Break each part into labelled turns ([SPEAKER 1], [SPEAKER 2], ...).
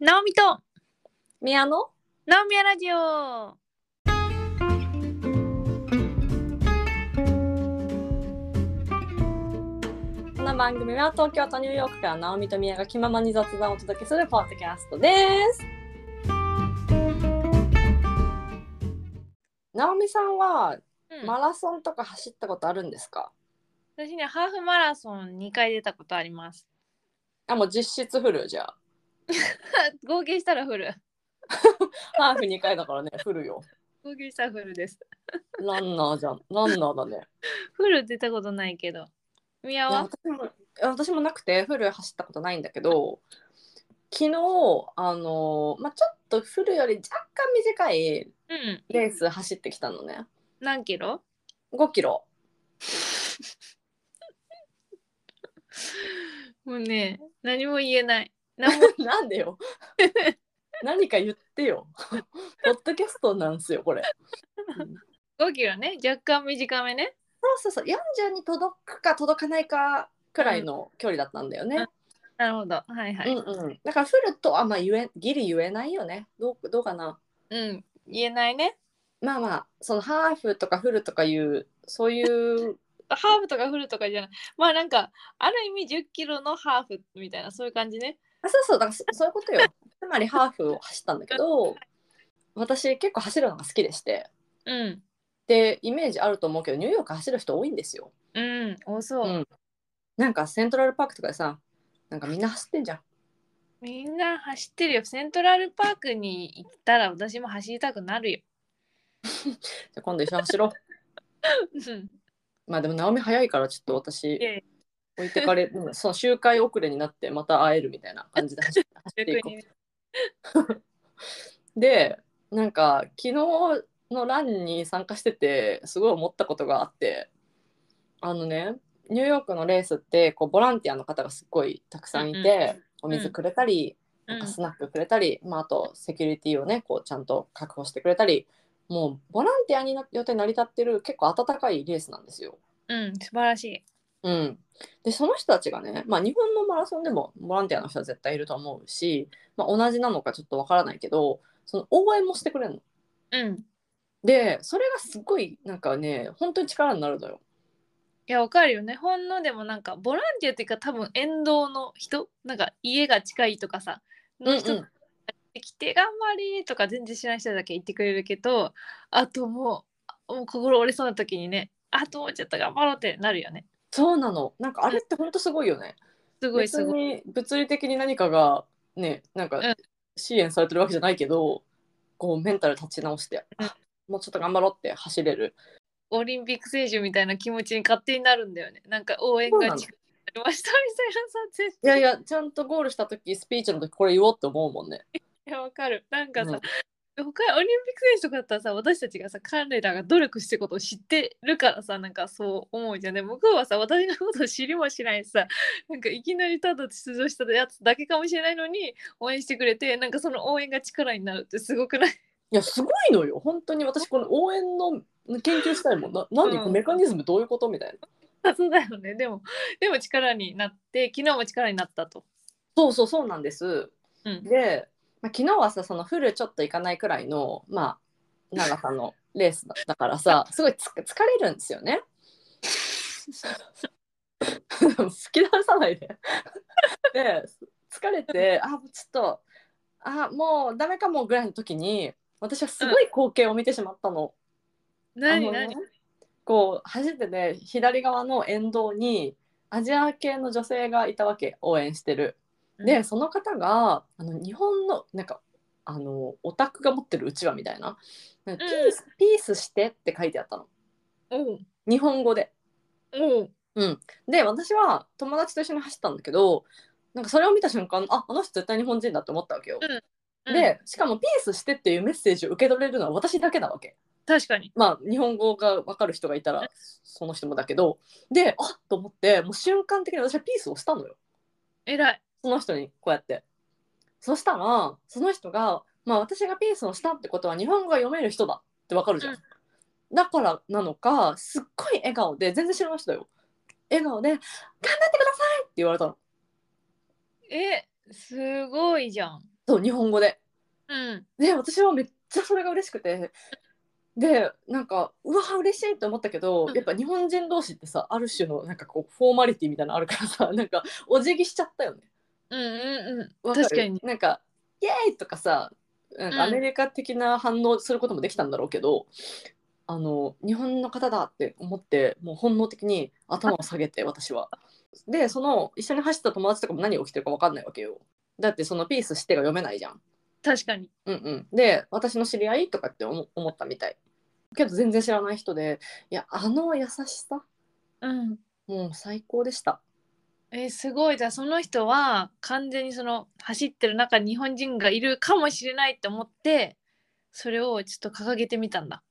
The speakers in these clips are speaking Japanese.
[SPEAKER 1] ナオミと
[SPEAKER 2] 宮野
[SPEAKER 1] ナオミヤラジオ
[SPEAKER 2] この番組は東京とニューヨークから直美と宮が気ままに雑談をお届けするポッドキャストです。直美さんは
[SPEAKER 1] うん
[SPEAKER 2] マラソンとか走ったことあるんですか、
[SPEAKER 1] 私ねハーフマラソン2回出たことあります
[SPEAKER 2] あもう実質フルじゃあ。
[SPEAKER 1] 合計したらフル
[SPEAKER 2] ハーフ2回だからね、 フルよ。
[SPEAKER 1] 合計したらフルです
[SPEAKER 2] ランナーじゃん。ランナーだね。
[SPEAKER 1] フル出たことないけどミヤ
[SPEAKER 2] いや
[SPEAKER 1] は
[SPEAKER 2] 私も私もなくてフル走ったことないんだけど昨日あの、まあ、ちょっとフルより若干短い
[SPEAKER 1] うん
[SPEAKER 2] レース走ってきたのね
[SPEAKER 1] 何キロ
[SPEAKER 2] 5キロ
[SPEAKER 1] もうね何も言えない何も
[SPEAKER 2] なんでよ何か言って よポッドキャストなんすよこれ
[SPEAKER 1] 5キロね若干短めね
[SPEAKER 2] そうそうそう40に届くか届かないかくらいの距離だったんだよね、
[SPEAKER 1] なるほどはいは
[SPEAKER 2] う
[SPEAKER 1] い
[SPEAKER 2] んうん、だからフルとはまあ言えギリ言えないよねどうどうかな
[SPEAKER 1] うん、言えないね
[SPEAKER 2] まあまあそのハーフとかフルとかいうそう いう
[SPEAKER 1] ハーフとかフルとかじゃないまあなんかある意味10キロのハーフみたいなそういう感じね
[SPEAKER 2] あそうそうだからそそういうことよつまりハーフを走ったんだけど私結構走るのが好きでして
[SPEAKER 1] うん
[SPEAKER 2] でイメージあると思うけどニューヨーク走る人多いんですよ
[SPEAKER 1] うん多そう、
[SPEAKER 2] うんなんかセントラルパークとかでさなんかみんな走ってんじゃん
[SPEAKER 1] みんな走ってるよ。セントラルパークに行ったら私も走りたくなるよ。
[SPEAKER 2] じゃあ今度一緒に走ろ う
[SPEAKER 1] うん
[SPEAKER 2] まあでも直美早いからちょっと私
[SPEAKER 1] いやいや
[SPEAKER 2] 置いてかれるその周回遅れになってまた会えるみたいな感じで走って走ってい
[SPEAKER 1] 逆
[SPEAKER 2] こ
[SPEAKER 1] にね
[SPEAKER 2] うでなんか昨日のランに参加しててすごい思ったことがあってあのねニューヨークのレースってこうボランティアの方がすっごいたくさんいて、お水くれたり、
[SPEAKER 1] う
[SPEAKER 2] なん
[SPEAKER 1] ん
[SPEAKER 2] かスナックくれたり、まあ、あとセキュリティをねこうちゃんと確保してくれたりもうボランティアによって成り立ってる結構温かいレースなんですよ。
[SPEAKER 1] うん、素晴らしい。
[SPEAKER 2] うん、でその人たちがね、まあ、日本のマラソンでもボランティアの人は絶対いると思うし、まあ、同じなのかちょっとわからないけどその応援もしてくれるの。
[SPEAKER 1] うん。い
[SPEAKER 2] でそれがすごいなんかね本当に力になるのよ。
[SPEAKER 1] や、わかるよね。ほんのでもなんか、ボランティアっていうか、多分沿道の人、なんか家が近いとかさ、の人
[SPEAKER 2] うんうん
[SPEAKER 1] が来て、頑張りとか全然知らない人だけ言ってくれるけど、あともう、もう心折れそうな時にね、あともうちょっと頑張ろうってなるよね。
[SPEAKER 2] そうなのなんかあれって本当すごいよね。
[SPEAKER 1] すごいすごい。
[SPEAKER 2] 別に物理的に何かがねなんか
[SPEAKER 1] うん
[SPEAKER 2] 支援されてるわけじゃないけどこうメンタル立ち直して、
[SPEAKER 1] うん
[SPEAKER 2] あもうちょっと頑張ろうって走れる
[SPEAKER 1] オリンピック選手みたいな気持ちに勝手になるんだよね。なんか応援が近くなりましたみたいなさ、
[SPEAKER 2] いやいやちゃんとゴールした時スピーチの時これ言おうって思うもんね。
[SPEAKER 1] いや、わかる。なんかさ、
[SPEAKER 2] う
[SPEAKER 1] 他オ
[SPEAKER 2] ん
[SPEAKER 1] リンピック選手とかだったらさ、私たちがさ、彼らが努力してることを知ってるからさ、なんかそう思うじゃんね。向こうはさ、私のことを知りもしないしさ、なんかいきなりただ出場したやつだけかもしれないのに、応援してくれて、なんかその応援が力になるってすごくない
[SPEAKER 2] いやすごいのよ本当に私この応援の研究したいもんな何、
[SPEAKER 1] うん
[SPEAKER 2] メカニズムどういうことみたいな
[SPEAKER 1] そうだよね。でも、でも力になって、昨日も力になったと。
[SPEAKER 2] そうそうそうなんです
[SPEAKER 1] うん。
[SPEAKER 2] で、まあ、昨日はさそのフルちょっといかないくらいのまあ長さのレースだったから さすごいつ疲れるんですよね 突き出さないでで疲れてあちょっとあもうダメかもぐらいの時に私はすごい光景を見てしまったの。あ
[SPEAKER 1] 何
[SPEAKER 2] のね
[SPEAKER 1] 何
[SPEAKER 2] こう走ってて左側の沿道にアジア系の女性がいたわけ応援してる。でその方があの日本のなんかあのオタクが持ってるうちわみたいな「なんかピースピースして」って書いてあったの
[SPEAKER 1] おう
[SPEAKER 2] 日本語で。
[SPEAKER 1] おう
[SPEAKER 2] うん、で私は友達と一緒に走ったんだけどなんかそれを見た瞬間ああの人絶対日本人だって思ったわけよ。
[SPEAKER 1] うん
[SPEAKER 2] でしかも「ピースして」っていうメッセージを受け取れるのは私だけなわけ。
[SPEAKER 1] 確かに
[SPEAKER 2] まあ、日本語が分かる人がいたらその人もだけどであっと思ってもう瞬間的に私はピースをしたのよ
[SPEAKER 1] 偉い
[SPEAKER 2] その人にこうやってそしたらその人が、まあ、私がピースをしたってことは日本語が読める人だって分かるじゃん、
[SPEAKER 1] うん
[SPEAKER 2] だからなのかすっごい笑顔で全然知らない人だよ笑顔で「頑張ってください!」って言われたの
[SPEAKER 1] えすごいじゃん
[SPEAKER 2] そう日本語で
[SPEAKER 1] うん。
[SPEAKER 2] で私はめっちゃそれが嬉しくてでなんかうわ嬉しいって思ったけど
[SPEAKER 1] うん
[SPEAKER 2] やっぱ日本人同士ってさある種のなんかこうフォーマリティみたいなのあるからさ なんかお辞儀しちゃったよね。
[SPEAKER 1] うんうんう
[SPEAKER 2] わ
[SPEAKER 1] ん。
[SPEAKER 2] る
[SPEAKER 1] 確かに。
[SPEAKER 2] なんかイエーイとかさなんかア
[SPEAKER 1] うん
[SPEAKER 2] メリカ的な反応することもできたんだろうけど、あの日本の方だって思ってもう本能的に頭を下げて私は。でその一緒に走った友達とかも何が起きてるか分かんないわけよ。だってそのピースしてが読めないじゃん。
[SPEAKER 1] 確かに。
[SPEAKER 2] うんうん、で私の知り合いとかって思思ったみたいけど全然知らない人でいやあの優しさ
[SPEAKER 1] うん。
[SPEAKER 2] もう最高でした
[SPEAKER 1] えーすごいじゃあその人は完全にその走ってる中に日本人がいるかもしれないって思ってそれをちょっと掲げてみたんだ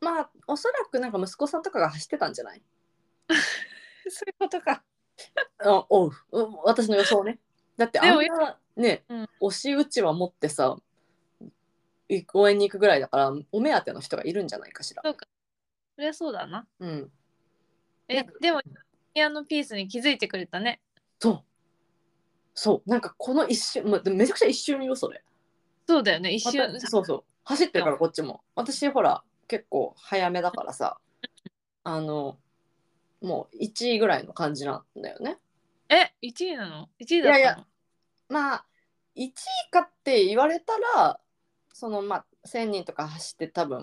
[SPEAKER 2] まあおそらくなんか息子さんとかが走ってたんじゃない
[SPEAKER 1] そういうことか
[SPEAKER 2] あおううん私の予想ねだってあ
[SPEAKER 1] でも
[SPEAKER 2] んなね、
[SPEAKER 1] うん
[SPEAKER 2] 押し打ちは持ってさい応援に行くぐらいだからお目当ての人がいるんじゃないかしら
[SPEAKER 1] そうそりゃそうだな
[SPEAKER 2] うん
[SPEAKER 1] え
[SPEAKER 2] ね
[SPEAKER 1] でもピアノピースに気づいてくれたね
[SPEAKER 2] そうそうなんかこの一瞬、まあ、でもめちゃくちゃ一瞬よそれ
[SPEAKER 1] そうだよね一
[SPEAKER 2] ま
[SPEAKER 1] 瞬
[SPEAKER 2] たそうそう走ってるからこっちも私ほら結構早めだからさあのもう1位ぐらいの感じなんだよね
[SPEAKER 1] え1位なの ?1 位だったの
[SPEAKER 2] いやいやまあ1位かって言われたらそのまあ1,000人とか走って多分
[SPEAKER 1] ん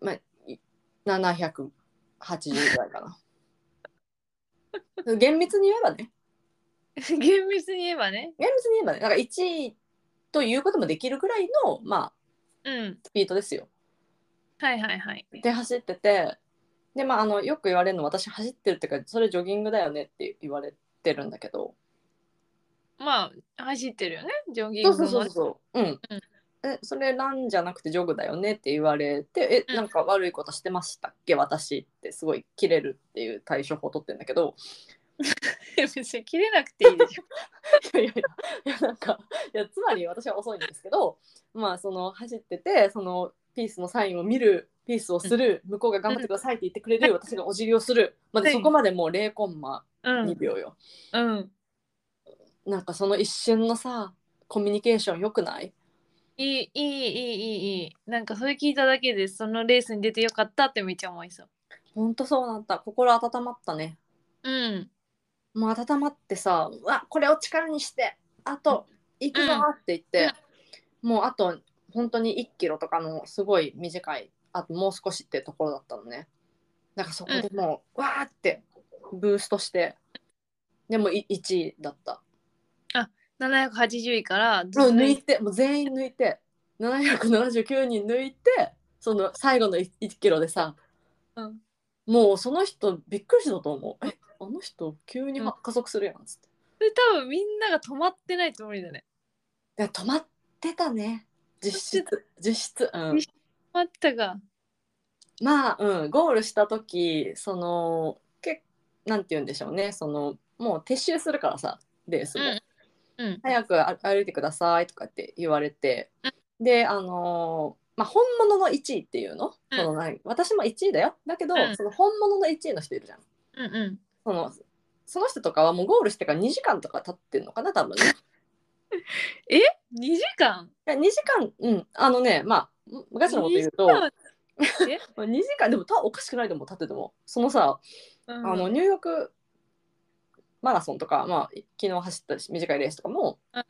[SPEAKER 2] まあい780ぐらいかな 厳密に言えばね
[SPEAKER 1] 厳密に言えばね
[SPEAKER 2] 厳密に言えばねなんか1位ということもできるぐらいのまあ
[SPEAKER 1] うん
[SPEAKER 2] スピードですよ
[SPEAKER 1] はいはいはい
[SPEAKER 2] で走っててでまああのよく言われるの私走ってるっていうかそれジョギングだよねって言われてるんだけど
[SPEAKER 1] まあ走ってるよねジョギング
[SPEAKER 2] そう
[SPEAKER 1] も
[SPEAKER 2] そうそうそううん、えそれなんじゃなくてジョグだよねって言われて
[SPEAKER 1] う
[SPEAKER 2] え
[SPEAKER 1] ん
[SPEAKER 2] なんか悪いことしてましたっけ私ってすごい切れるっていう対処法を取ってんだけど
[SPEAKER 1] 別に切れなくていいでしょ
[SPEAKER 2] いやいやいやなんかいやつまり私は遅いんですけどまあその走っててそのピースのサインを見るピースをする、向こうが頑張ってくださいって言ってくれる、私がお辞儀をするまで、
[SPEAKER 1] はい
[SPEAKER 2] そこまでもう0コンマ
[SPEAKER 1] うん
[SPEAKER 2] 2秒よ、
[SPEAKER 1] うん
[SPEAKER 2] なんかその一瞬のさコミュニケーションよくない
[SPEAKER 1] いいいいいいいいいなんかそれ聞いただけでそのレースに出てよかったってめっちゃ思いそう
[SPEAKER 2] ほんとそうなった心温まったね
[SPEAKER 1] うん
[SPEAKER 2] もう温まってさうわこれを力にしてあと行くぞ
[SPEAKER 1] うん
[SPEAKER 2] って言って、もうあと本当に1キロとかのすごい短いあともう少しってところだったのねだからそこでもう、わーってブーストしてでも1位だった
[SPEAKER 1] 780位からずっ
[SPEAKER 2] もう
[SPEAKER 1] と
[SPEAKER 2] 抜いてもう全員抜いて779人抜いてその最後の1キロでさ
[SPEAKER 1] うん
[SPEAKER 2] もうその人びっくりしたと思う。えあの人急に
[SPEAKER 1] うん
[SPEAKER 2] 加速するやんっつって。
[SPEAKER 1] それ多分みんなが止まってないつもりだね
[SPEAKER 2] いや止まってたね実質実質、うん
[SPEAKER 1] 実、止まってたか
[SPEAKER 2] まあ、うん、ゴールした時そのけなんて言うんでしょうねそのもう撤収するからさレースも、
[SPEAKER 1] うんうん
[SPEAKER 2] 早くあ歩いてくださいとかって言われて、であのーまあ、本物の1位っていうの,、
[SPEAKER 1] うん
[SPEAKER 2] その何私も1位だよだけど、
[SPEAKER 1] うん
[SPEAKER 2] その本物の1位の人いるじゃん。
[SPEAKER 1] うんうん
[SPEAKER 2] そのその人とかはもうゴールしてから2時間とか経ってんのかな多 分ね。
[SPEAKER 1] 2時間
[SPEAKER 2] いや2時間うんあのねまあんガチのこと言うと
[SPEAKER 1] 二時間
[SPEAKER 2] 2時間でもたおかしくないと思う立っててもそのさ、
[SPEAKER 1] うん
[SPEAKER 2] あのニューヨークマラソンとか、まあ、昨日走ったし短いレースとかも、
[SPEAKER 1] うん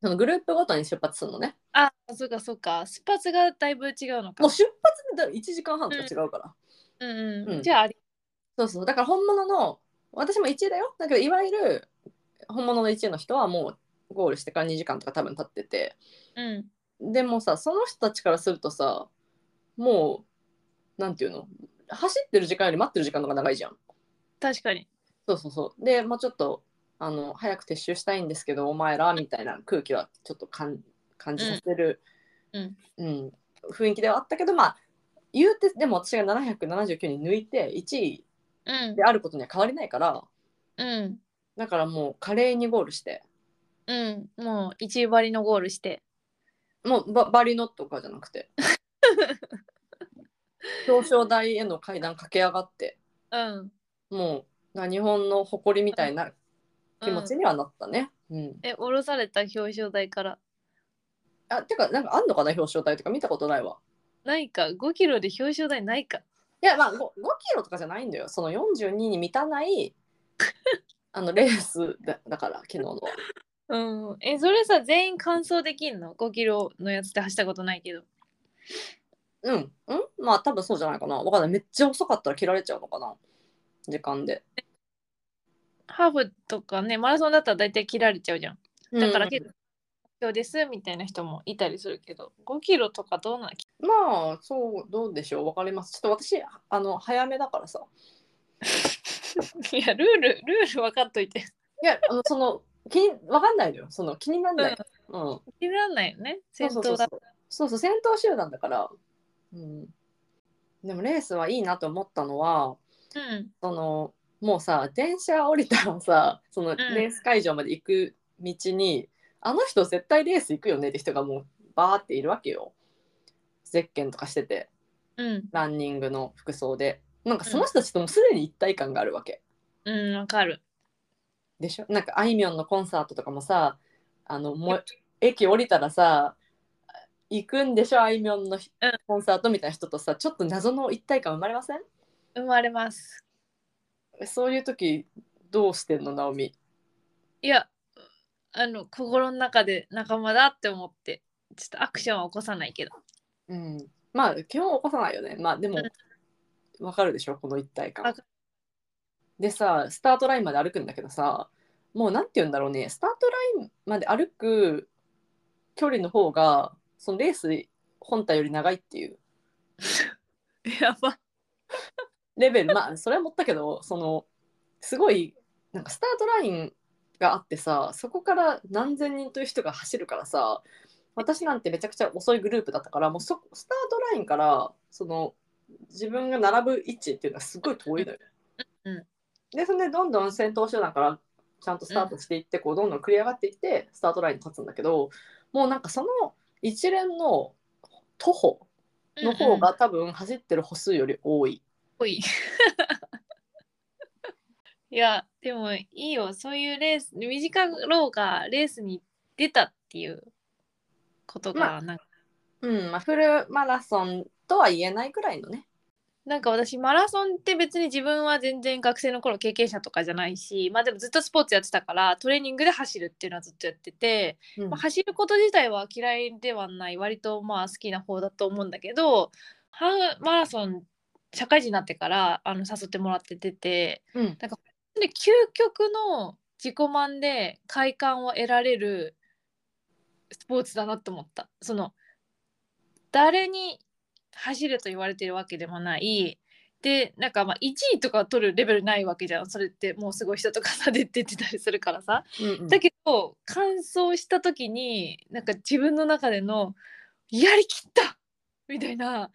[SPEAKER 2] そのグループごとに出発するのね
[SPEAKER 1] あそっかそっか出発がだいぶ違うのか
[SPEAKER 2] もう出発で1時間半とか違うから、
[SPEAKER 1] うんうん
[SPEAKER 2] うん
[SPEAKER 1] じゃああり
[SPEAKER 2] そうそうだから本物の私も1位だよだけどいわゆる本物の1位の人はもうゴールしてから2時間とか多分経ってて
[SPEAKER 1] うん
[SPEAKER 2] でもさその人たちからするとさもうなんていうの走ってる時間より待ってる時間の方が長いじゃん。
[SPEAKER 1] 確かに
[SPEAKER 2] そうそうそうでもうちょっとあの早く撤収したいんですけどお前らみたいな空気はちょっとかん感じさせる、
[SPEAKER 1] うん
[SPEAKER 2] うん雰囲気ではあったけどまあ言うてでも私が779人抜いて1位
[SPEAKER 1] うん
[SPEAKER 2] であることには変わりないから
[SPEAKER 1] うん
[SPEAKER 2] だからもう華麗にゴールして
[SPEAKER 1] うんもう一位張りのゴールして
[SPEAKER 2] もうババリノとかじゃなく て表彰台への階段駆け上がって
[SPEAKER 1] うん
[SPEAKER 2] もうな日本の誇りみたいな気持ちにはなったね。うん
[SPEAKER 1] え降ろされた表彰台から
[SPEAKER 2] あてかなんかあんのかな表彰台とか見たことないわ。
[SPEAKER 1] ないか5キロで表彰台ないか
[SPEAKER 2] いやまあ 5, 5キロとかじゃないんだよその42に満たない あのレースだだから昨日のは。
[SPEAKER 1] うんえそれさ全員完走できんの5キロのやつって走ったことないけど
[SPEAKER 2] うん、うん、まあ多分そうじゃないかなわかんないめっちゃ遅かったら切られちゃうのかな時間で。
[SPEAKER 1] ハーフとかねマラソンだったら大体切られちゃうじゃんだから
[SPEAKER 2] うん
[SPEAKER 1] 結構今日ですみたいな人もいたりするけど5キロとかどうなん
[SPEAKER 2] まあそうどうでしょうわかりますちょっと私あの早めだからさ
[SPEAKER 1] いやルールルール分かっといて
[SPEAKER 2] いやあのその気にわかんないのよその気になんない、うん
[SPEAKER 1] 気にならないよね先頭
[SPEAKER 2] そうそうそ
[SPEAKER 1] だ
[SPEAKER 2] うそうそうそう先頭集団だから、うん、でもレースはいいなと思ったのは
[SPEAKER 1] うん
[SPEAKER 2] そのもうさ電車降りたらさ そのレース会場まで行く道に、あの人絶対レース行くよねって人がもうバーっているわけよゼッケンとかしてて
[SPEAKER 1] うん
[SPEAKER 2] ランニングの服装でなんかその人たちともうすでに一体感があるわけ、
[SPEAKER 1] うんわかる
[SPEAKER 2] でしょなんかあいみょんのコンサートとかもさあのもう駅降りたらさ行くんでしょあいみょんのひ
[SPEAKER 1] うん
[SPEAKER 2] コンサートみたいな人とさちょっと謎の一体感生まれません
[SPEAKER 1] 生まれます
[SPEAKER 2] そういう時どうしてんの直美
[SPEAKER 1] いやあの心の中で仲間だって思ってちょっとアクションは起こさないけど
[SPEAKER 2] うんまあ基本起こさないよねまあでもわかるでしょこの一体
[SPEAKER 1] わ
[SPEAKER 2] 感
[SPEAKER 1] か
[SPEAKER 2] でさスタートラインまで歩くんだけどさもうなんて言うんだろうねスタートラインまで歩く距離の方がそのレース本体より長いっていう
[SPEAKER 1] やば
[SPEAKER 2] レベルまあそれは持ったけどそのすごいなんかスタートラインがあってさそこから何千人という人が走るからさ私なんてめちゃくちゃ遅いグループだったからもうそスタートラインからその自分が並ぶ位置っていうのはすごい遠いのよ。
[SPEAKER 1] うん
[SPEAKER 2] でそれでどんどん先頭集団からちゃんとスタートしていってこうどんどん繰り上がっていってスタートラインに立つんだけどもうなんかその一連の徒歩の方が多分走ってる歩数より多い。
[SPEAKER 1] ぽい。 いや、でもいいよ。そういうレース、短いローがレースに出たっていうこと
[SPEAKER 2] ま
[SPEAKER 1] が、なんか、
[SPEAKER 2] うん、まあ、フルマラソンとは言えないくらいのね。
[SPEAKER 1] なんか私、マラソンって別に自分は全然学生の頃経験者とかじゃないし、まあでもずっとスポーツやってたから、トレーニングで走るっていうのはずっとやってて、まあ、走ること自体は嫌いではない割とまあ好きな方だと思うんだけどハーフマラソン社会人になってからあの誘ってもらって出て
[SPEAKER 2] うん
[SPEAKER 1] なんかで究極の自己満で快感を得られるスポーツだなと思った。その誰に走れと言われてるわけでもないでなんかまあ1位とか取るレベルないわけじゃんそれってもうすごい人とかさ出てってたりするからさ
[SPEAKER 2] うんうん
[SPEAKER 1] だけど完走した時になんか自分の中での「やりきった!」みたいな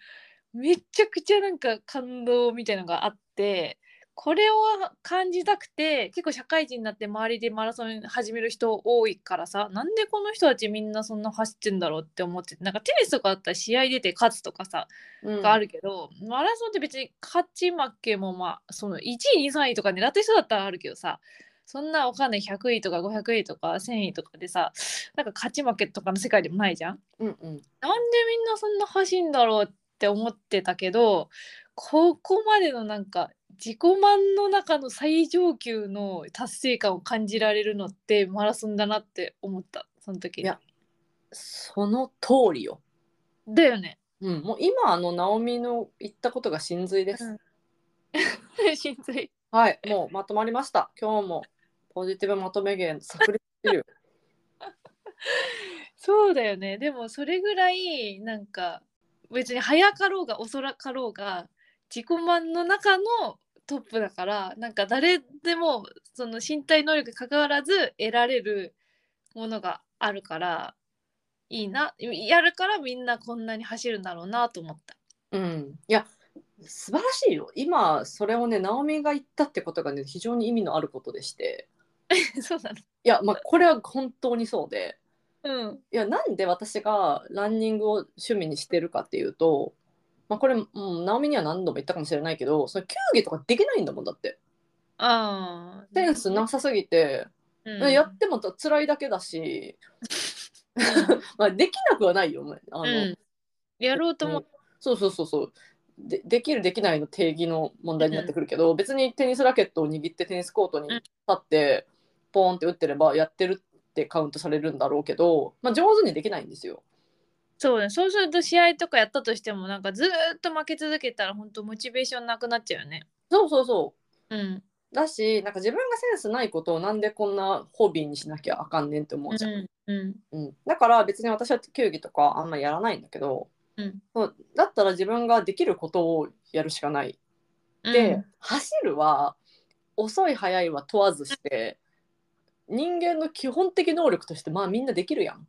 [SPEAKER 1] めちゃくちゃなんか感動みたいなのがあってこれを感じたくて結構社会人になって周りでマラソン始める人多いからさなんでこの人たちみんなそんな走ってんだろうって思っててなんかテニスとかだったら試合出て勝つとかさ
[SPEAKER 2] うん
[SPEAKER 1] があるけど、マラソンって別に勝ち負けもまあその1位2 3位とか狙った人だったらあるけどさそんなわかんない100位とか500位とか1000位とかでさなんか勝ち負けとかの世界でもないじゃん。
[SPEAKER 2] うんうん
[SPEAKER 1] なんでみんなそんな走んだろうって思ってたけどここまでのなんか自己満の中の最上級の達成感を感じられるのってマラソンだなって思ったその時
[SPEAKER 2] いやその通りよ。
[SPEAKER 1] だよね
[SPEAKER 2] うん、もう今あの直美の言ったことが真髄です。
[SPEAKER 1] うん 心髄
[SPEAKER 2] はい、もうまとまりました。今日もポジティブまとめ芸炸裂してるよ。
[SPEAKER 1] そうだよねでもそれぐらいなんか別に早かろうが遅かろうが自己満の中のトップだからなんか誰でもその身体能力に関わらず得られるものがあるからいいなやるからみんなこんなに走るんだろうなと思 った。
[SPEAKER 2] うん、いや素晴らしいよ。今それをね直美が言ったってことがね非常に意味のあることでして、
[SPEAKER 1] そうなの
[SPEAKER 2] いやまあこれは本当にそうで。
[SPEAKER 1] うん
[SPEAKER 2] いやなんで私がランニングを趣味にしてるかっていうと、まあ、これ、うん、直美には何度も言ったかもしれないけどその球技とかできないんだもんだって
[SPEAKER 1] ああ
[SPEAKER 2] センスなさすぎて
[SPEAKER 1] うん
[SPEAKER 2] やってもと辛いだけだし、 まあ、できなくはないよもうあの、
[SPEAKER 1] うんやろうと思っ
[SPEAKER 2] そうそうそうそうでできるできないの定義の問題になってくるけど、別にテニスラケットを握ってテニスコートに
[SPEAKER 1] うん
[SPEAKER 2] 立って、ポーンって打ってればやってるってカウントされるんだろうけど、まあ、上手にできないんですよ。
[SPEAKER 1] そうねそうすると試合とかやったとしてもなんかずーっと負け続けたら本当モチベーションなくなっちゃうよね
[SPEAKER 2] そうそうそう
[SPEAKER 1] うん
[SPEAKER 2] だしなんか自分がセンスないことをなんでこんなホビーにしなきゃあかんねんって思うじゃん。
[SPEAKER 1] うんうん
[SPEAKER 2] うん、だから別に私は球技とかあんまやらないんだけど、
[SPEAKER 1] うん
[SPEAKER 2] そうだったら自分ができることをやるしかない。
[SPEAKER 1] うん
[SPEAKER 2] で、走るは遅い速いは問わずして人間の基本的能力としてまあみんなできるやん。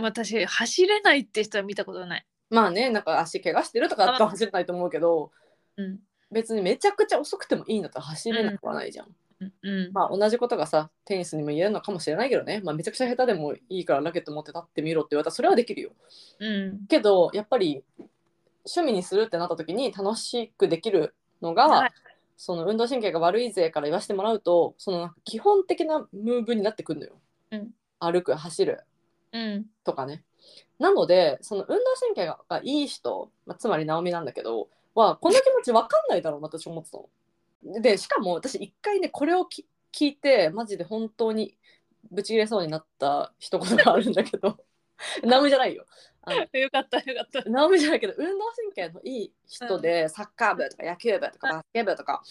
[SPEAKER 1] 私走れないって人は見たことない
[SPEAKER 2] まあねなんか足怪我してるとかだったら
[SPEAKER 1] あ
[SPEAKER 2] 走れないと思うけど
[SPEAKER 1] うん
[SPEAKER 2] 別にめちゃくちゃ遅くてもいいんだったら走れなくはないじゃん。
[SPEAKER 1] うんうん
[SPEAKER 2] まあ同じことがさテニスにも言えるのかもしれないけどね、まあ、めちゃくちゃ下手でもいいからラケット持って立ってみろって言われたらそれはできるよ。
[SPEAKER 1] うん
[SPEAKER 2] けどやっぱり趣味にするってなった時に楽しくできるのが、
[SPEAKER 1] はい
[SPEAKER 2] その運動神経が悪い勢から言わせてもらうとその基本的なムーブになってくるのよ、
[SPEAKER 1] うん
[SPEAKER 2] 歩く走る
[SPEAKER 1] うん
[SPEAKER 2] とかねなのでその運動神経ががいい人、まあ、つまり直美なんだけどはこの気持ち分かんないだろうなって私思ってたの。でしかも私一回ねこれをき聞いてマジで本当にブチ切れそうになった一言があるんだけど 直美じゃないよあの
[SPEAKER 1] よかったよかった
[SPEAKER 2] 直美じゃないけど運動神経のいい人で、サッカー部とか野球部とかバスケ部とか、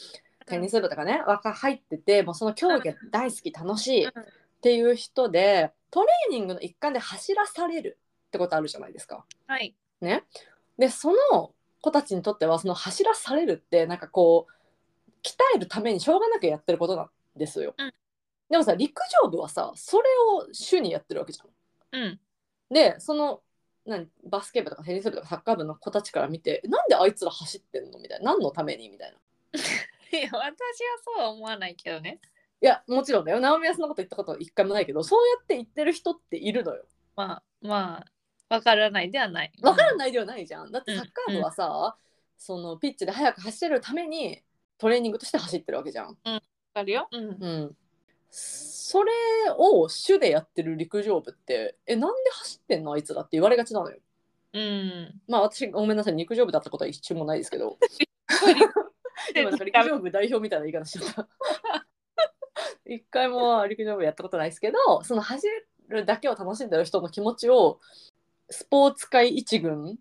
[SPEAKER 2] テニス部とかね若入っててもうその競技が大好き楽しいっ
[SPEAKER 1] うん
[SPEAKER 2] ていう人でトレーニングの一環で走らされるってことあるじゃないですか。
[SPEAKER 1] はい
[SPEAKER 2] でその子たちにとってはその走らされるってなんかこう鍛えるためにしょうがなくやってることなんですよ。
[SPEAKER 1] うん
[SPEAKER 2] でもさ陸上部はさそれを主にやってるわけじゃん。
[SPEAKER 1] うん
[SPEAKER 2] でその何バスケ部とかテニス部とかサッカー部の子たちから見てなんであいつら走ってんのみたいな何のためにみたいない
[SPEAKER 1] や私はそうは思わないけどね
[SPEAKER 2] いやもちろんだよ直美はそんなこと言ったことは一回もないけどそうやって言ってる人っているのよ
[SPEAKER 1] まあまあわからないではない
[SPEAKER 2] 分から
[SPEAKER 1] い
[SPEAKER 2] ないではないじゃんだって
[SPEAKER 1] うん
[SPEAKER 2] サッカー部はさ、そのピッチで速く走れるためにトレーニングとして走ってるわけじゃん、
[SPEAKER 1] わかるようん
[SPEAKER 2] うん、それを主でやってる陸上部ってえなんで走ってんのあいつらって言われがちなのよ
[SPEAKER 1] うん
[SPEAKER 2] まあ私ごめんなさい陸上部だったことは一瞬もないです けど今なんか陸上部代表みたいな言い方しちゃった 一回も陸上部やったことないですけどその走るだけを楽しんでる人の気持ちをスポーツ界一軍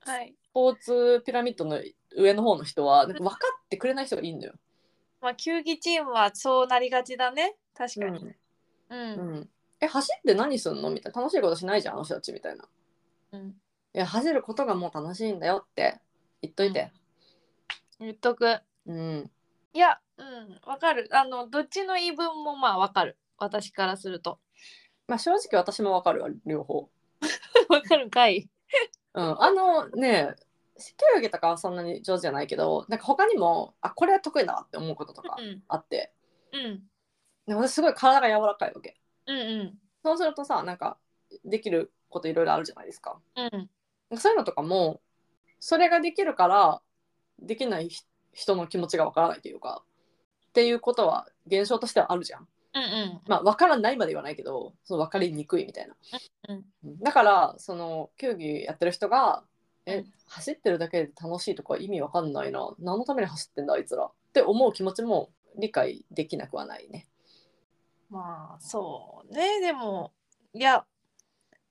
[SPEAKER 1] はい
[SPEAKER 2] スポーツピラミッドの上の方の人はなんか分かってくれない人がいいんだよ、
[SPEAKER 1] まあ球技チームはそうなりがちだね確かにうん
[SPEAKER 2] うんえ走って何すんのみたいな楽しいことしないじゃんあの人たちみたいな
[SPEAKER 1] うん
[SPEAKER 2] いや走ることがもう楽しいんだよって言っといて
[SPEAKER 1] 言っとく
[SPEAKER 2] うん
[SPEAKER 1] いや、うん、わかる。あの、どっちの言い分もまあわかる。私からすると。
[SPEAKER 2] まあ正直私も分かるわ両方
[SPEAKER 1] わかるんかい。
[SPEAKER 2] うん、あのね球技とかはそんなに上手じゃないけどなんか他にもあこれは得意だって思うこととか
[SPEAKER 1] うん、
[SPEAKER 2] あって、
[SPEAKER 1] うん、
[SPEAKER 2] で私すごい体が柔らかいわけ
[SPEAKER 1] うん、うん
[SPEAKER 2] そうするとさなんかできることいろいろあるじゃないですか、
[SPEAKER 1] うん、
[SPEAKER 2] なんかそういうのとかもそれができるからできないひ人の気持ちがわからないというかっていうことは現象としてはあるじゃん
[SPEAKER 1] うん、
[SPEAKER 2] まあ分からないまで言わないけどその分かりにくいみたいな、
[SPEAKER 1] うん
[SPEAKER 2] だからその球技やってる人が「
[SPEAKER 1] う
[SPEAKER 2] え
[SPEAKER 1] ん
[SPEAKER 2] 走ってるだけで楽しいとか意味わかんないな何のために走ってんだあいつら」って思う気持ちも理解できなくはないね。
[SPEAKER 1] まあ、そうね。でも、いや、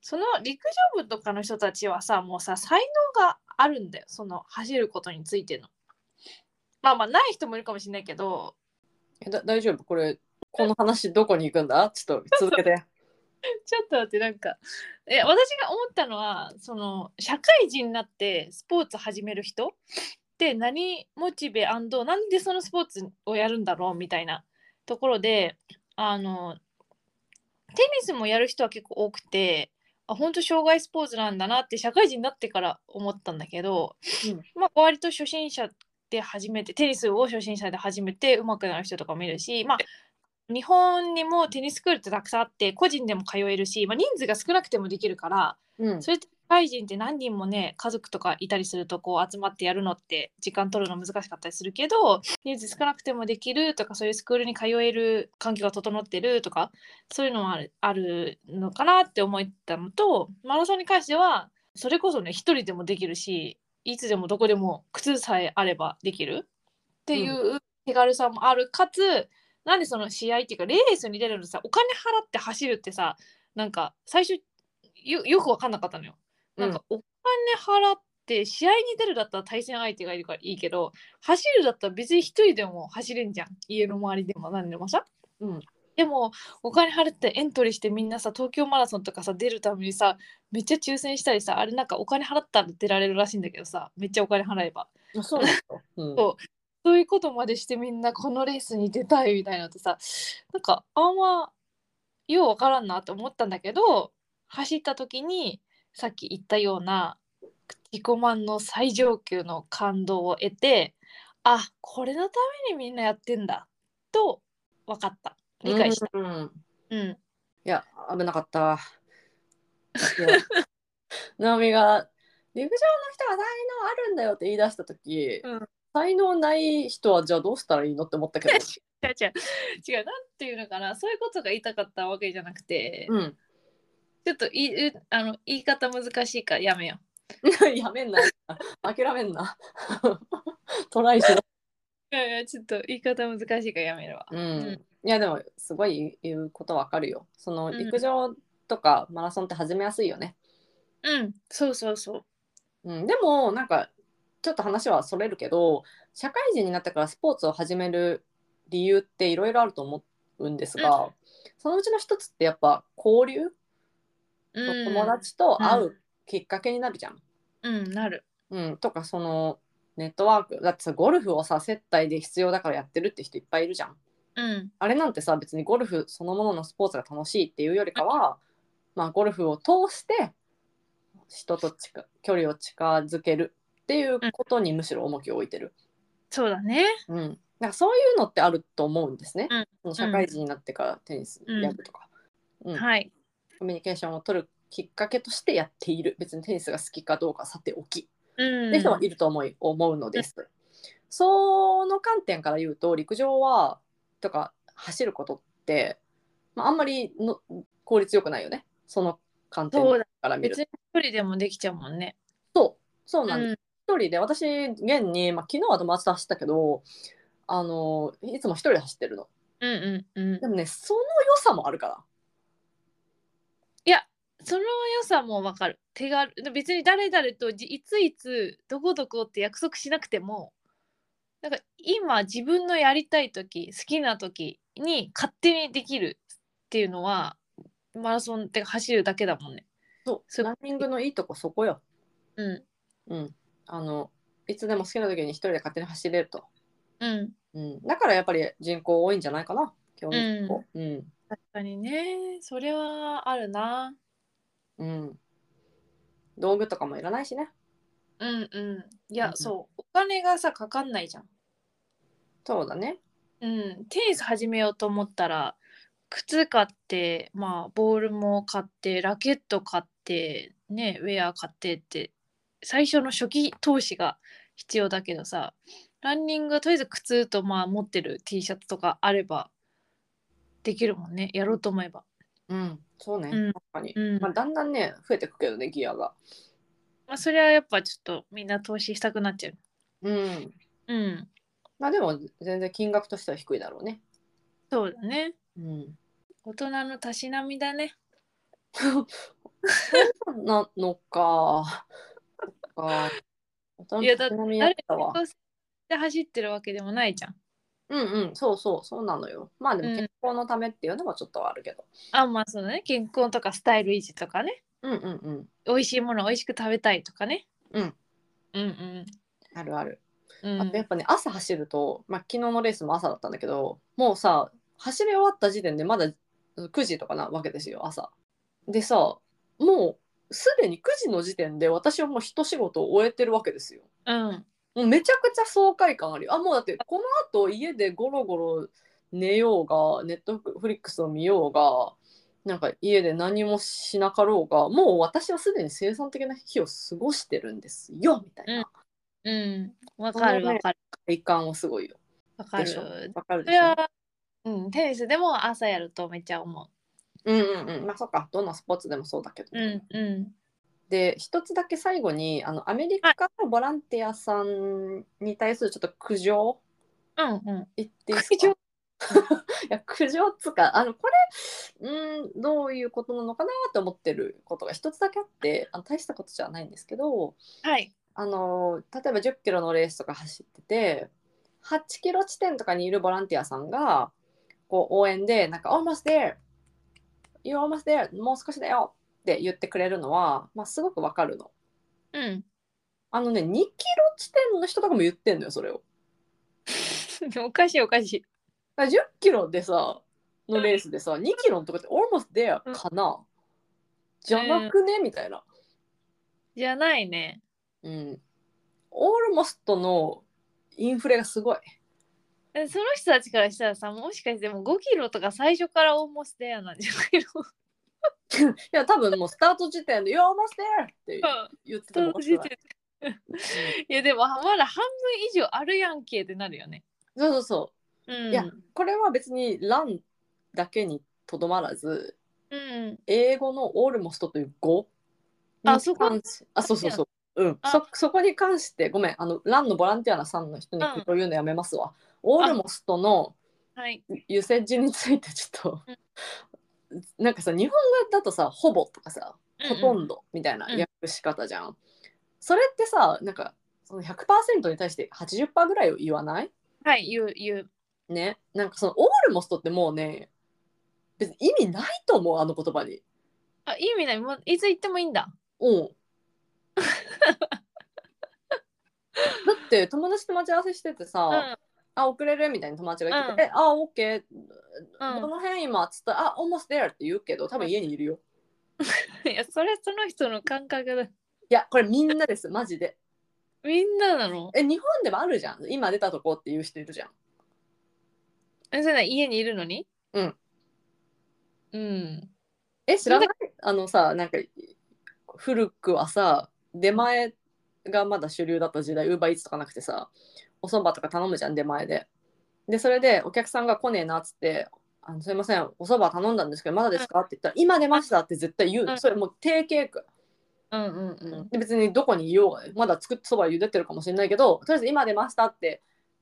[SPEAKER 1] その陸上部とかの人たちはさ、もうさ、才能があるんだよ。その走ることについての。まあまあ、ない人もいるかもしれないけど、
[SPEAKER 2] えだ大丈夫これこの話どこに行くんだちょっと続け て。
[SPEAKER 1] ちょっと待って、なんか、え、私が思ったのは、その、社会人になってスポーツ始める人って何モチベなんでそのスポーツをやるんだろうみたいなところで、あの、テニスもやる人は結構多くて、あ、本当障害スポーツなんだなって社会人になってから思ったんだけど、まあ、割と初心者で初めてテニスを初心者で始めて上手くなる人とかもいるし、まあ、日本にもテニススクールってたくさんあって個人でも通えるし、まあ、人数が少なくてもできるから
[SPEAKER 2] うん
[SPEAKER 1] それって社会人って何人もね家族とかいたりするとこう集まってやるのって時間取るの難しかったりするけど人数少なくてもできるとかそういうスクールに通える環境が整ってるとかそういうのはあるあるのかなって思ったのとマラソンに関してはそれこそね一人でもできるしいつでもどこでも靴さえあればできるっていう手軽さもある、かつなんでその試合っていうかレースに出るのさお金払って走るってさなんか最初よよく分かんなかったのよ。なんかお金払って試合に出るだったら対戦相手がいるからいいけど走るだったら別に一人でも走れんじゃん家の周りでも何でもさ。
[SPEAKER 2] うん
[SPEAKER 1] でもお金払ってエントリーしてみんなさ東京マラソンとかさ出るためにさめっちゃ抽選したりさあれなんかお金払ったら出られるらしいんだけどさめっちゃお金払えば
[SPEAKER 2] あそうなんですか。うん
[SPEAKER 1] そうそういうことまでしてみんなこのレースに出たいみたいなのってさなんかあんまようわからんなって思ったんだけど走った時にさっき言ったような自己満の最上級の感動を得てあこれのためにみんなやってんだと分かった理解した。
[SPEAKER 2] うんうん
[SPEAKER 1] うん
[SPEAKER 2] いや危なかった。いや ナオミが陸上の人は才能あるんだよって言い出した時、
[SPEAKER 1] うん
[SPEAKER 2] 才能ない人はじゃあどうしたらいいのって思ったけど。
[SPEAKER 1] 違う違う違うなんていうのかなそういうことが言いたかったわけじゃなくて、
[SPEAKER 2] うん、
[SPEAKER 1] ちょっといいあの言い方難しいからやめよう。
[SPEAKER 2] やめん な諦めんな トライしろ、
[SPEAKER 1] いやいやちょっと言い方難しいからやめるわ。
[SPEAKER 2] うん
[SPEAKER 1] ん
[SPEAKER 2] いやでもすごい言うことわかるよその
[SPEAKER 1] ん
[SPEAKER 2] 陸上とかマラソンって始めやすいよね、
[SPEAKER 1] うん、そうそうそう。
[SPEAKER 2] うん、でもなんかちょっと話はそれるけど社会人になってからスポーツを始める理由っていろいろあると思うんですが、
[SPEAKER 1] う
[SPEAKER 2] そのうちの一つってやっぱ交流、
[SPEAKER 1] うん、
[SPEAKER 2] 友達と会うきっかけになるじゃん。
[SPEAKER 1] うん、なる。
[SPEAKER 2] うん、とかそのネットワークだってさゴルフをさ接待で必要だからやってるって人いっぱいいるじゃん。
[SPEAKER 1] うん、
[SPEAKER 2] あれなんてさ別にゴルフそのもののスポーツが楽しいっていうよりかは、まあ、ゴルフを通して人と近く距離を近づけるっていうことにむしろ重きを置いてる。
[SPEAKER 1] そうだね。
[SPEAKER 2] うん、なんかそういうのってあると思うんですね。
[SPEAKER 1] うん
[SPEAKER 2] その社会人になってからテニスやるとか、うん
[SPEAKER 1] はい。
[SPEAKER 2] コミュニケーションを取るきっかけとしてやっている別にテニスが好きかどうかさておき。
[SPEAKER 1] うん。
[SPEAKER 2] って人もいると思い思うのです。その観点から言うと陸上はとか走ることって、まあ、あんまりの効率よくないよねその観点
[SPEAKER 1] そうだ。
[SPEAKER 2] から見る
[SPEAKER 1] 別
[SPEAKER 2] と。
[SPEAKER 1] に一人でもできちゃうもんね。
[SPEAKER 2] そうそう
[SPEAKER 1] う
[SPEAKER 2] なんです、
[SPEAKER 1] ん。
[SPEAKER 2] 一人で私現に、まあ、昨日は友達と走ったけどあのいつも一人で走ってるの。
[SPEAKER 1] うんうんうん
[SPEAKER 2] で。もねその良さもあるから。
[SPEAKER 1] いや、その良さもわかる。手軽。別に誰々とじいついつどこどこって約束しなくても、なんか今自分のやりたい時、好きな時に勝手にできるっていうのは、マラソンってか走るだけだもんね。
[SPEAKER 2] そう
[SPEAKER 1] そう
[SPEAKER 2] ランニングのいいとこそこよ。
[SPEAKER 1] うん。
[SPEAKER 2] うん、あのいつでも好きな時に一人で勝手に走れると。
[SPEAKER 1] うん。
[SPEAKER 2] うん、だからやっぱり人口多いんじゃないかな競技人口。うん
[SPEAKER 1] 確かにねそれはあるな
[SPEAKER 2] うん、道具とかもいらないしね
[SPEAKER 1] うんうんい
[SPEAKER 2] うん
[SPEAKER 1] や
[SPEAKER 2] うん
[SPEAKER 1] そうお金がさかかんないじゃん
[SPEAKER 2] そうだね
[SPEAKER 1] うんテニス始めようと思ったら靴買ってまあボールも買ってラケット買ってねウェア買ってって最初の初期投資が必要だけどさランニングはとりあえず靴とまあ持ってる T シャツとかあればできるもんねやろうと思えば
[SPEAKER 2] うんそうね、
[SPEAKER 1] うん
[SPEAKER 2] 確かに、
[SPEAKER 1] うん
[SPEAKER 2] まあ、だんだんね増えてくけどねギアが
[SPEAKER 1] まあそれはやっぱちょっとみんな投資したくなっちゃう
[SPEAKER 2] うん
[SPEAKER 1] うん
[SPEAKER 2] まあでも全然金額としては低いだろうね
[SPEAKER 1] そうだね
[SPEAKER 2] うん
[SPEAKER 1] 大人のたしなみだね。
[SPEAKER 2] なのかそっか大
[SPEAKER 1] い
[SPEAKER 2] 人
[SPEAKER 1] や
[SPEAKER 2] の
[SPEAKER 1] だ
[SPEAKER 2] た
[SPEAKER 1] って
[SPEAKER 2] しなみやっ
[SPEAKER 1] 誰
[SPEAKER 2] てたわ
[SPEAKER 1] で走ってるわけでもないじゃん。
[SPEAKER 2] うんうんそうそうそうなのよまあで
[SPEAKER 1] う
[SPEAKER 2] も
[SPEAKER 1] ん
[SPEAKER 2] 健康のためっていうのはちょっとはあるけど
[SPEAKER 1] あまあそうだね健康とかスタイル維持とかね
[SPEAKER 2] うんうんうん
[SPEAKER 1] 美味しいもの美味しく食べたいとかね。
[SPEAKER 2] うん
[SPEAKER 1] うん
[SPEAKER 2] あるある、
[SPEAKER 1] うん。
[SPEAKER 2] あとやっぱね朝走ると、まあ、昨日のレースも朝だったんだけどもうさ走り終わった時点でまだ9時とかなわけですよ朝。でさもうすでに9時の時点で私はもう一仕事を終えてるわけですよ。
[SPEAKER 1] うんうん
[SPEAKER 2] もうめちゃくちゃ爽快感あるよ。あもうだってこの後家でゴロゴロ寝ようがネットフリックスを見ようがなんか家で何もしなかろうがもう私はすでに生産的な日を過ごしてるんですよみたいな
[SPEAKER 1] うん。わかるわかる。
[SPEAKER 2] 快感をすごいよ。
[SPEAKER 1] わか
[SPEAKER 2] でしょ
[SPEAKER 1] る。
[SPEAKER 2] わかる
[SPEAKER 1] そ
[SPEAKER 2] で
[SPEAKER 1] れ
[SPEAKER 2] しょ
[SPEAKER 1] は、うん、テニスでも朝やるとめっちゃ思
[SPEAKER 2] うんうんうんまあそっかどんなスポーツでもそうだけど
[SPEAKER 1] う。
[SPEAKER 2] ね、
[SPEAKER 1] うんうん。
[SPEAKER 2] で一つだけ最後にあのアメリカのボランティアさんに対するちょっと苦情
[SPEAKER 1] うんうん。
[SPEAKER 2] 言っていいですか
[SPEAKER 1] 苦情
[SPEAKER 2] いや苦情っつうかあのこれうんどういうことなのかなって思ってることが一つだけあってあの大したことじゃないんですけど
[SPEAKER 1] はい。
[SPEAKER 2] あの例えば1 0キロのレースとか走ってて8キロ地点とかにいるボランティアさんがこう応援でなんか「almost there you're almost there もう少しだよ」って言ってくれるのは、まあ、すごくわかるの。
[SPEAKER 1] うん。
[SPEAKER 2] あのね、2キロ地点の人とかも言ってんのよ、それを。
[SPEAKER 1] おかしいおかしい。
[SPEAKER 2] だから10キロでさ、のレースでさ、2キロのとこって almost there
[SPEAKER 1] うん
[SPEAKER 2] かな、じゃなくね、みたいな。
[SPEAKER 1] じゃないね。
[SPEAKER 2] うん。almost のインフレがすごい。
[SPEAKER 1] えその人たちからしたらさ、もしかしてもう5キロとか最初からオーモステアなんじゃないの
[SPEAKER 2] いや、多分もうスタート時点で、you're almost there! って言ってたもおかしくない。
[SPEAKER 1] いやでもまだ半分以上あるやんけってなるよね。
[SPEAKER 2] そうそうそうう。
[SPEAKER 1] ん。
[SPEAKER 2] いや、これは別に run だけにとどまらず、
[SPEAKER 1] うん。
[SPEAKER 2] 英語の almost という語
[SPEAKER 1] あそこ
[SPEAKER 2] に関しあそうそうそううん
[SPEAKER 1] あ
[SPEAKER 2] そそこに関してごめんあのランのボランティアさんの人に
[SPEAKER 1] うん
[SPEAKER 2] これを言うのやめますわ、オールモストの
[SPEAKER 1] はい。
[SPEAKER 2] ユセッジについてちょっと、なんかさ日本語だとさほぼとかさほとんどみたいな
[SPEAKER 1] うん
[SPEAKER 2] 訳し方じゃん、それってさなんかその100%に対して80%ぐらいを言わない
[SPEAKER 1] はい、言う、言う。
[SPEAKER 2] ねなんかそのオールモストってもうね別に意味ないと思うあの言葉に
[SPEAKER 1] あ、意味ない。もういつ言ってもいいんだ。
[SPEAKER 2] うん。だって友達と待ち合わせしててさ「
[SPEAKER 1] うん。
[SPEAKER 2] あ遅れる」みたいな友達が言ってて「
[SPEAKER 1] う
[SPEAKER 2] えあオッケー、
[SPEAKER 1] うん
[SPEAKER 2] どの辺今」っつったら「あ almost there」って言うけど多分家にいるよ。
[SPEAKER 1] いや、それその人の感覚だ。
[SPEAKER 2] いやこれみんなですマジで。
[SPEAKER 1] みんななの
[SPEAKER 2] え日本でもあるじゃん今出たとこっていう人いるじゃん。
[SPEAKER 1] え、それな家にいるのに
[SPEAKER 2] うん。
[SPEAKER 1] うん。
[SPEAKER 2] え知らないあのさなんか古くはさ出前がまだ主流だった時代ウーバーイーツとかなくてさおそばとか頼むじゃん出前ででそれでお客さんが来ねえなっつって「あのすいませんおそば頼んだんですけどまだですか?」って言ったら「今出ました」って絶対言うの、
[SPEAKER 1] うん
[SPEAKER 2] それもう定型句、
[SPEAKER 1] うんうんうん。
[SPEAKER 2] で別にどこにいようがねまだ作ってそば茹でてるかもしれないけどとりあえず「今出ました」って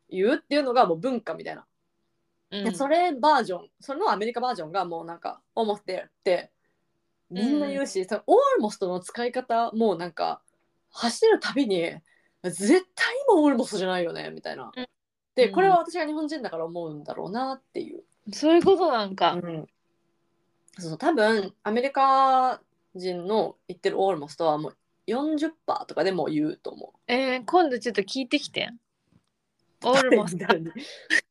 [SPEAKER 2] 言うっていうのがもう文化みたいな
[SPEAKER 1] うん、
[SPEAKER 2] でそれバージョンそれのアメリカバージョンがもうなんか「almost there」ってみんな言うし、その almost の使い方もうなんか走るたびに「絶対今 almost じゃないよね」みたいな。
[SPEAKER 1] うん
[SPEAKER 2] で
[SPEAKER 1] うん
[SPEAKER 2] これは私が日本人だから思うんだろうなっていう。
[SPEAKER 1] そういうことなんか。
[SPEAKER 2] そう多分アメリカ人の言ってる almost はもう40%とかでもう言うと思う。
[SPEAKER 1] えー、今度ちょっと聞いてきて。オール モス
[SPEAKER 2] だって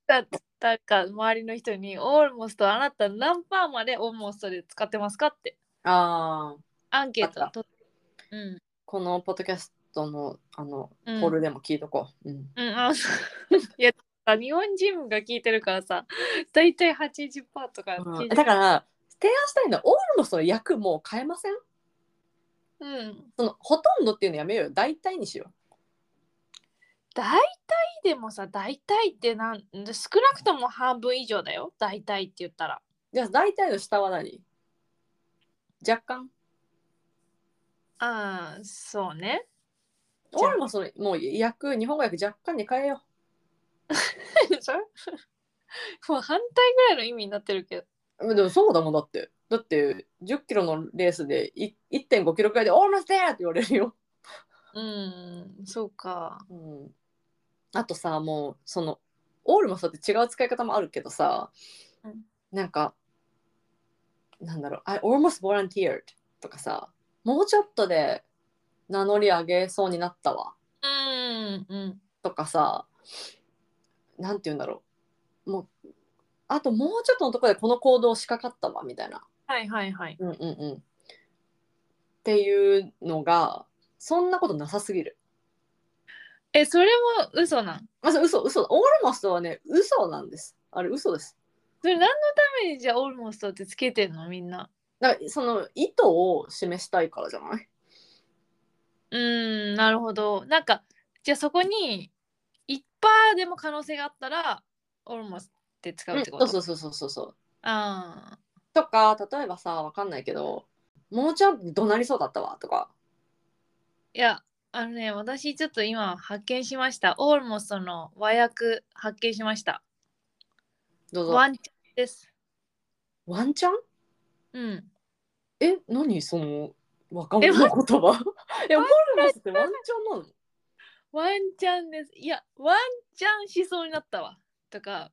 [SPEAKER 1] だったか周りの人にオールモストあなた何パーまでオールモストで使ってますかって
[SPEAKER 2] ああ
[SPEAKER 1] アンケートを取って。うん。
[SPEAKER 2] このポッドキャストのあの
[SPEAKER 1] うん
[SPEAKER 2] ポールでも聞いとこう。うん
[SPEAKER 1] うん、あそう いや日本人が聞いてるからさ大体80%とか
[SPEAKER 2] う
[SPEAKER 1] 聞
[SPEAKER 2] ん
[SPEAKER 1] いて
[SPEAKER 2] だ
[SPEAKER 1] る
[SPEAKER 2] から提案したいのはオールモストの役もう変えません
[SPEAKER 1] うん
[SPEAKER 2] そのほとんどっていうのやめようよ大体にしよ
[SPEAKER 1] 大体でもさ大体ってなん少なくとも半分以上だよ大体って言ったら
[SPEAKER 2] うじゃあ大体の下は何若干
[SPEAKER 1] ああそうね
[SPEAKER 2] オールモストのもう役日本語訳若干に変えよ
[SPEAKER 1] それもう反対ぐらいの意味になってるけど
[SPEAKER 2] うでもそうだもんだってだって1 0キロのレースでい1.5キロくらいで「オールモストって言われるよ、
[SPEAKER 1] うんそうか
[SPEAKER 2] うん、あとさもうそのオールモストって違う使い方もあるけどさ、
[SPEAKER 1] うん
[SPEAKER 2] なんかなんだろう「I almost volunteered」とかさもうちょっとで名乗り上げそうになったわ
[SPEAKER 1] うんうん
[SPEAKER 2] とかさなんて言うんだろうもうあともうちょっとのところでこの行動しかかったわみたいな、
[SPEAKER 1] はいはいはい。
[SPEAKER 2] うんうんうん、っていうのがそんなことなさすぎる。
[SPEAKER 1] え、それも嘘なん。
[SPEAKER 2] まず嘘嘘オールモストはね嘘なんですあれ嘘です
[SPEAKER 1] それ何のためにじゃあオールモストってつけてんのみんな。
[SPEAKER 2] だからその意図を示したいからじゃない
[SPEAKER 1] ー
[SPEAKER 2] う
[SPEAKER 1] んなるほどなんかじゃあそこに1%でも可能性があったら「almost」って使うってこと、
[SPEAKER 2] うん
[SPEAKER 1] う
[SPEAKER 2] そうそうそうそうそう
[SPEAKER 1] あ
[SPEAKER 2] とか例えばさわかんないけど「ももちゃん怒鳴りそうだったわ」とか
[SPEAKER 1] ーいやあのね私ちょっと今発見しました「almost」の和訳発見しました
[SPEAKER 2] どうぞ
[SPEAKER 1] ワンチャンです
[SPEAKER 2] ワンチャン
[SPEAKER 1] うん
[SPEAKER 2] え何その若者の 言葉えホルモスってワンチャンなの
[SPEAKER 1] ワンチャンですいやワンチャンしそうになったわとか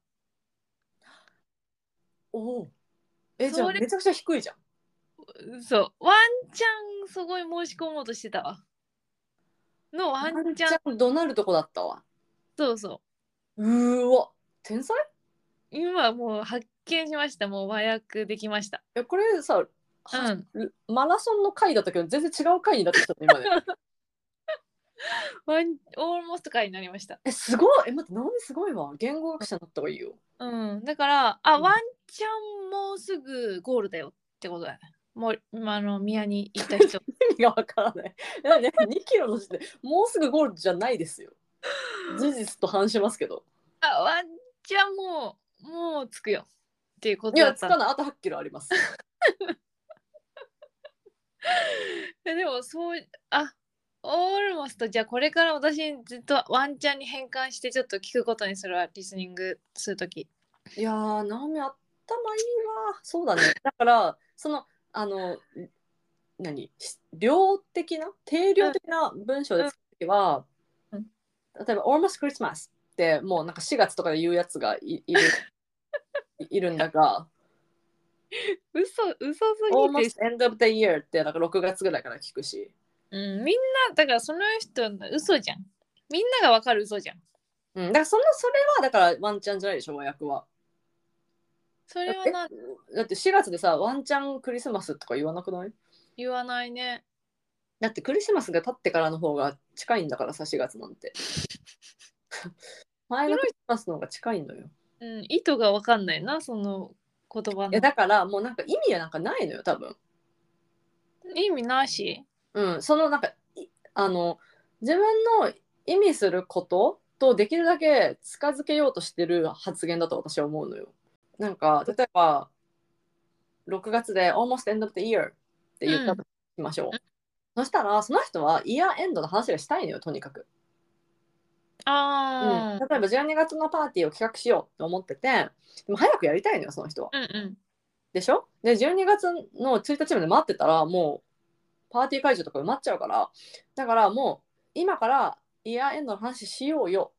[SPEAKER 2] おおえじゃ
[SPEAKER 1] そ
[SPEAKER 2] あ
[SPEAKER 1] れ
[SPEAKER 2] めちゃくちゃ低いじゃん
[SPEAKER 1] そうワンチャンすごい申し込もうとしてたわのワンチャン
[SPEAKER 2] ワン怒鳴るとこだったわ
[SPEAKER 1] そうそう
[SPEAKER 2] うーわ天才
[SPEAKER 1] 今もう発見しましたもう和訳できました
[SPEAKER 2] えこれさ、
[SPEAKER 1] う
[SPEAKER 2] は
[SPEAKER 1] ん
[SPEAKER 2] マラソンの回だったけど全然違う回になってきたの今ね
[SPEAKER 1] ワンオールモスト回になりました
[SPEAKER 2] えすごいえ待って直美すごいわ言語学者になった方がいいよ
[SPEAKER 1] うんだからあ、
[SPEAKER 2] うん
[SPEAKER 1] ワンチャンもうすぐゴールだよってことだよもう今あの宮に行った人
[SPEAKER 2] 意味がわからない。なんで2キロの時点でもうすぐゴールじゃないですよ。事実と反しますけど。
[SPEAKER 1] あワンチャンもうもう着くよっていうこと
[SPEAKER 2] い
[SPEAKER 1] だ
[SPEAKER 2] や、
[SPEAKER 1] っ
[SPEAKER 2] つ
[SPEAKER 1] た
[SPEAKER 2] かない、あと8キロあります。
[SPEAKER 1] えでもそうあオールモストじゃあこれから私ずっとワンチャンに変換してちょっと聞くことにするわリスニングするとき
[SPEAKER 2] いやー、ナオミ、頭いいわ。そうだね。 だから、その、あの、何、し量的な、定量的な文章で使うときは、
[SPEAKER 1] うん
[SPEAKER 2] 例えば、almost Christmas って、もうなんか4月とかで言うやつがい いるいいるんだが、
[SPEAKER 1] 嘘嘘すぎて
[SPEAKER 2] almost end of the year って、なんか6月ぐらいから聞くし。
[SPEAKER 1] うん、みんなだからその人の嘘じゃんみんながわかる嘘じゃん
[SPEAKER 2] うん、だからそのそれはだからワンチャンじゃないでしょ和訳は
[SPEAKER 1] それは
[SPEAKER 2] え
[SPEAKER 1] な
[SPEAKER 2] だって4月でさワンチャンクリスマスとか言わなくない
[SPEAKER 1] 言わないね
[SPEAKER 2] だってクリスマスが経ってからの方が近いんだからさ4月なん て前のクリスマスの方が近いのよ
[SPEAKER 1] うん意図がわかんないなその言葉
[SPEAKER 2] いや
[SPEAKER 1] の
[SPEAKER 2] だからもうなんか意味はなんかないのよ多分
[SPEAKER 1] 意味なし
[SPEAKER 2] うんそのなんかいあの自分の意味することとできるだけ近づけようとしてる発言だと私は思うのよなんか例えば6月で「almost end of the year」って言ったとしましょう、そしたらその人はイヤーエンドの話がしたいのよとにかく、うん
[SPEAKER 1] ああ、
[SPEAKER 2] 例えば12月のパーティーを企画しようと思っててでも早くやりたいのよその人は
[SPEAKER 1] うん、うん
[SPEAKER 2] でしょで12月の1日まで待ってたらもうパーティー会場とか埋まっちゃうからだからもう今からイヤーエンドの話しようよ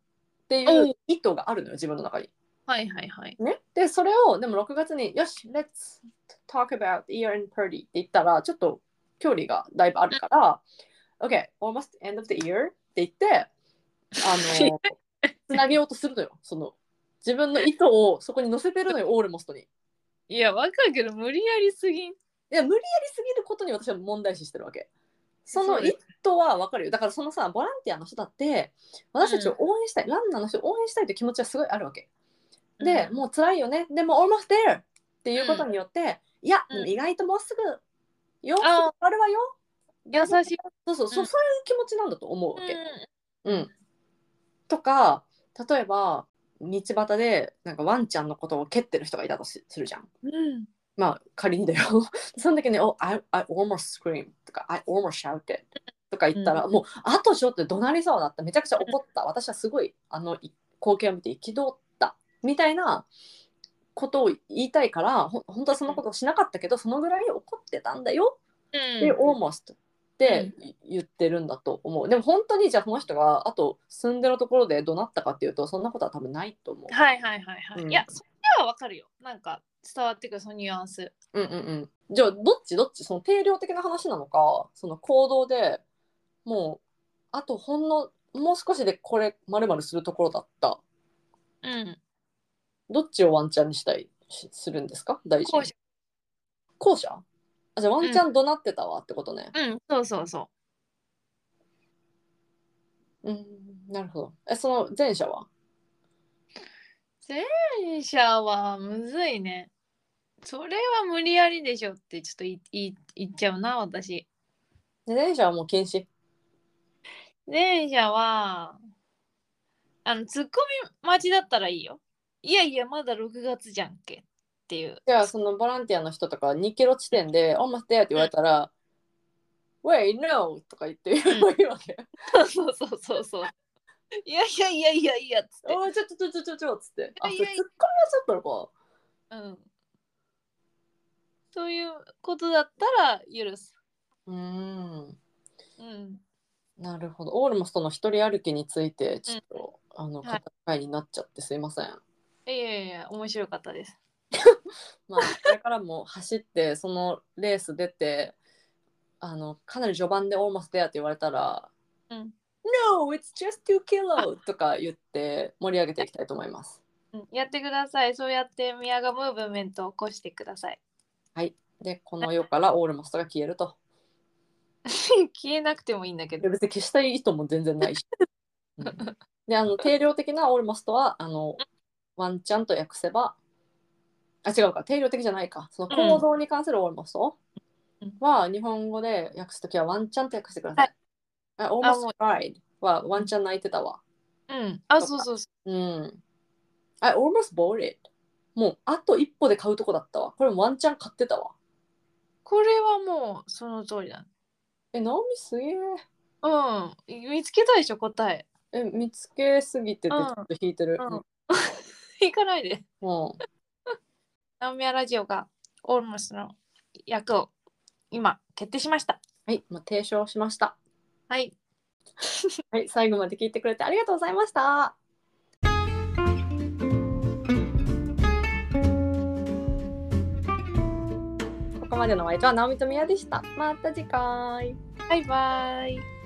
[SPEAKER 2] っていう意図があるのよ自分の中に。
[SPEAKER 1] はいはいはい
[SPEAKER 2] ね、でそれをでも6月に「よし Let's talk about year end party」って言ったらちょっと距離がだいぶあるから「OK almost end of the year」って言ってあのつなげようとするのよその自分の意図をそこに乗せてるのよオールモストに。
[SPEAKER 1] いやわかるけど無理やりすぎん
[SPEAKER 2] いや無理やりすぎることに私は問題視してるわけその
[SPEAKER 1] そうで
[SPEAKER 2] 意図は分かるよだからそのさボランティアの人だって私たちを応援したい、ランナーの人を応援したいという気持ちはすごいあるわけで、もう辛いよねでも almost there っていうことによって、いや、
[SPEAKER 1] うん
[SPEAKER 2] 意外ともうすぐよすぐ
[SPEAKER 1] あー
[SPEAKER 2] 終わるわよ
[SPEAKER 1] うん優しい
[SPEAKER 2] そうそう、
[SPEAKER 1] うん
[SPEAKER 2] そそういう気持ちなんだと思うわけ、
[SPEAKER 1] う
[SPEAKER 2] うん、とか例えば道端でなんかワンちゃんのことを蹴ってる人がいたとしするじゃん
[SPEAKER 1] んうん
[SPEAKER 2] まあ仮にだよ その時に「oh, I, I almost screamed」とか「I almost shouted」とか言ったら、もう「あとちょっと怒鳴りそうだっためちゃくちゃ怒った私はすごいあのい光景を見て憤った」みたいなことを言いたいからほ本当はそのことをしなかったけどそのぐらい怒ってたんだよ
[SPEAKER 1] うん
[SPEAKER 2] で「almost」って言ってるんだと思うでも本当にじゃあその人があと住んでるところで怒鳴ったかっていうとそんなことは多分ないと思う。
[SPEAKER 1] はいはいはいはい、
[SPEAKER 2] うん
[SPEAKER 1] いやそれはわかるよなんか伝わってくるそのニュアンス
[SPEAKER 2] うんうんうん、じゃあどっちどっちその定量的な話なのかその行動でもうあとほんのもう少しでこれまるまるするところだった
[SPEAKER 1] うん
[SPEAKER 2] どっちをワンチャンにしたいしするんですか大事
[SPEAKER 1] 後者
[SPEAKER 2] 後者あじゃあワンチャン怒鳴ってたわってことね、
[SPEAKER 1] うんそうそうそ
[SPEAKER 2] うん、なるほどえその前者は
[SPEAKER 1] う前者はむずいねそれは無理やりでしょってちょっと言い言い言っちゃうな私
[SPEAKER 2] 自転車はもう禁
[SPEAKER 1] 自
[SPEAKER 2] 止
[SPEAKER 1] 転車はあのツッコミ待ちだったらいいよいやいやまだ6月じゃんけっていう
[SPEAKER 2] じゃあそのボランティアの人とか2キロ地点で「お待って」って言われたら「Wait, no!」とか言って言えばいい わけ。
[SPEAKER 1] そうそうそうそう。いやいやいやいやいやっつって。
[SPEAKER 2] おいちょっとちょちょちょちょっつって。あ、
[SPEAKER 1] い
[SPEAKER 2] そ
[SPEAKER 1] や
[SPEAKER 2] れ
[SPEAKER 1] いやい
[SPEAKER 2] ツッ
[SPEAKER 1] や
[SPEAKER 2] コミはちょっと
[SPEAKER 1] う
[SPEAKER 2] のか。
[SPEAKER 1] ん。そういうことだったら許す。
[SPEAKER 2] うーん。
[SPEAKER 1] うん。
[SPEAKER 2] なるほど。オールモスとの一人歩きについてちょっと、あの
[SPEAKER 1] は
[SPEAKER 2] 語
[SPEAKER 1] い
[SPEAKER 2] り会になっちゃってすいません。
[SPEAKER 1] いやいやいや、面白かったです。
[SPEAKER 2] まあこれからも走ってそのレース出て。あのかなり序盤でオーマスだよって言われたら
[SPEAKER 1] う
[SPEAKER 2] 「
[SPEAKER 1] ん
[SPEAKER 2] No, it's just two kilo」とか言って盛り上げていきたいと思います。
[SPEAKER 1] うんやってください。そうやって宮川ムーブメントを起こしてください。
[SPEAKER 2] でこの世からオールマストが消えると。
[SPEAKER 1] 消えなくてもいいんだけ
[SPEAKER 2] いや
[SPEAKER 1] ど。
[SPEAKER 2] 別に消したい意図も全然な いし。うんであの定量的なオールマストはあのワンチャンと訳せばあ違うか定量的じゃないかその
[SPEAKER 1] うん
[SPEAKER 2] 構造に関するオールマスト
[SPEAKER 1] うん
[SPEAKER 2] は日本語で訳すときはワンチャンと訳してください。あオー
[SPEAKER 1] あ
[SPEAKER 2] マストライドはワンチャン泣いてたわ。
[SPEAKER 1] うん。あ、そうそうそ
[SPEAKER 2] うん。I almost bought it. もうあと一歩で買うとこだったわ。これワンチャン買ってたわ。
[SPEAKER 1] う。これはもうその通りだ。
[SPEAKER 2] え、ナオミすげえ。
[SPEAKER 1] うん。見つけたでしょ、答え。
[SPEAKER 2] え、見つけすぎててち
[SPEAKER 1] う
[SPEAKER 2] ょ
[SPEAKER 1] ん
[SPEAKER 2] っと引いてる。
[SPEAKER 1] うん。 行かないで。
[SPEAKER 2] うん
[SPEAKER 1] ナオミヤラジオがオールモスの役を今決定しました。
[SPEAKER 2] はい、まあ、提唱しました。
[SPEAKER 1] はい。
[SPEAKER 2] はい、最後まで聞いてくれてありがとうございました。ここまでのお相手は直美とみやでした。また次回。
[SPEAKER 1] バイバイ。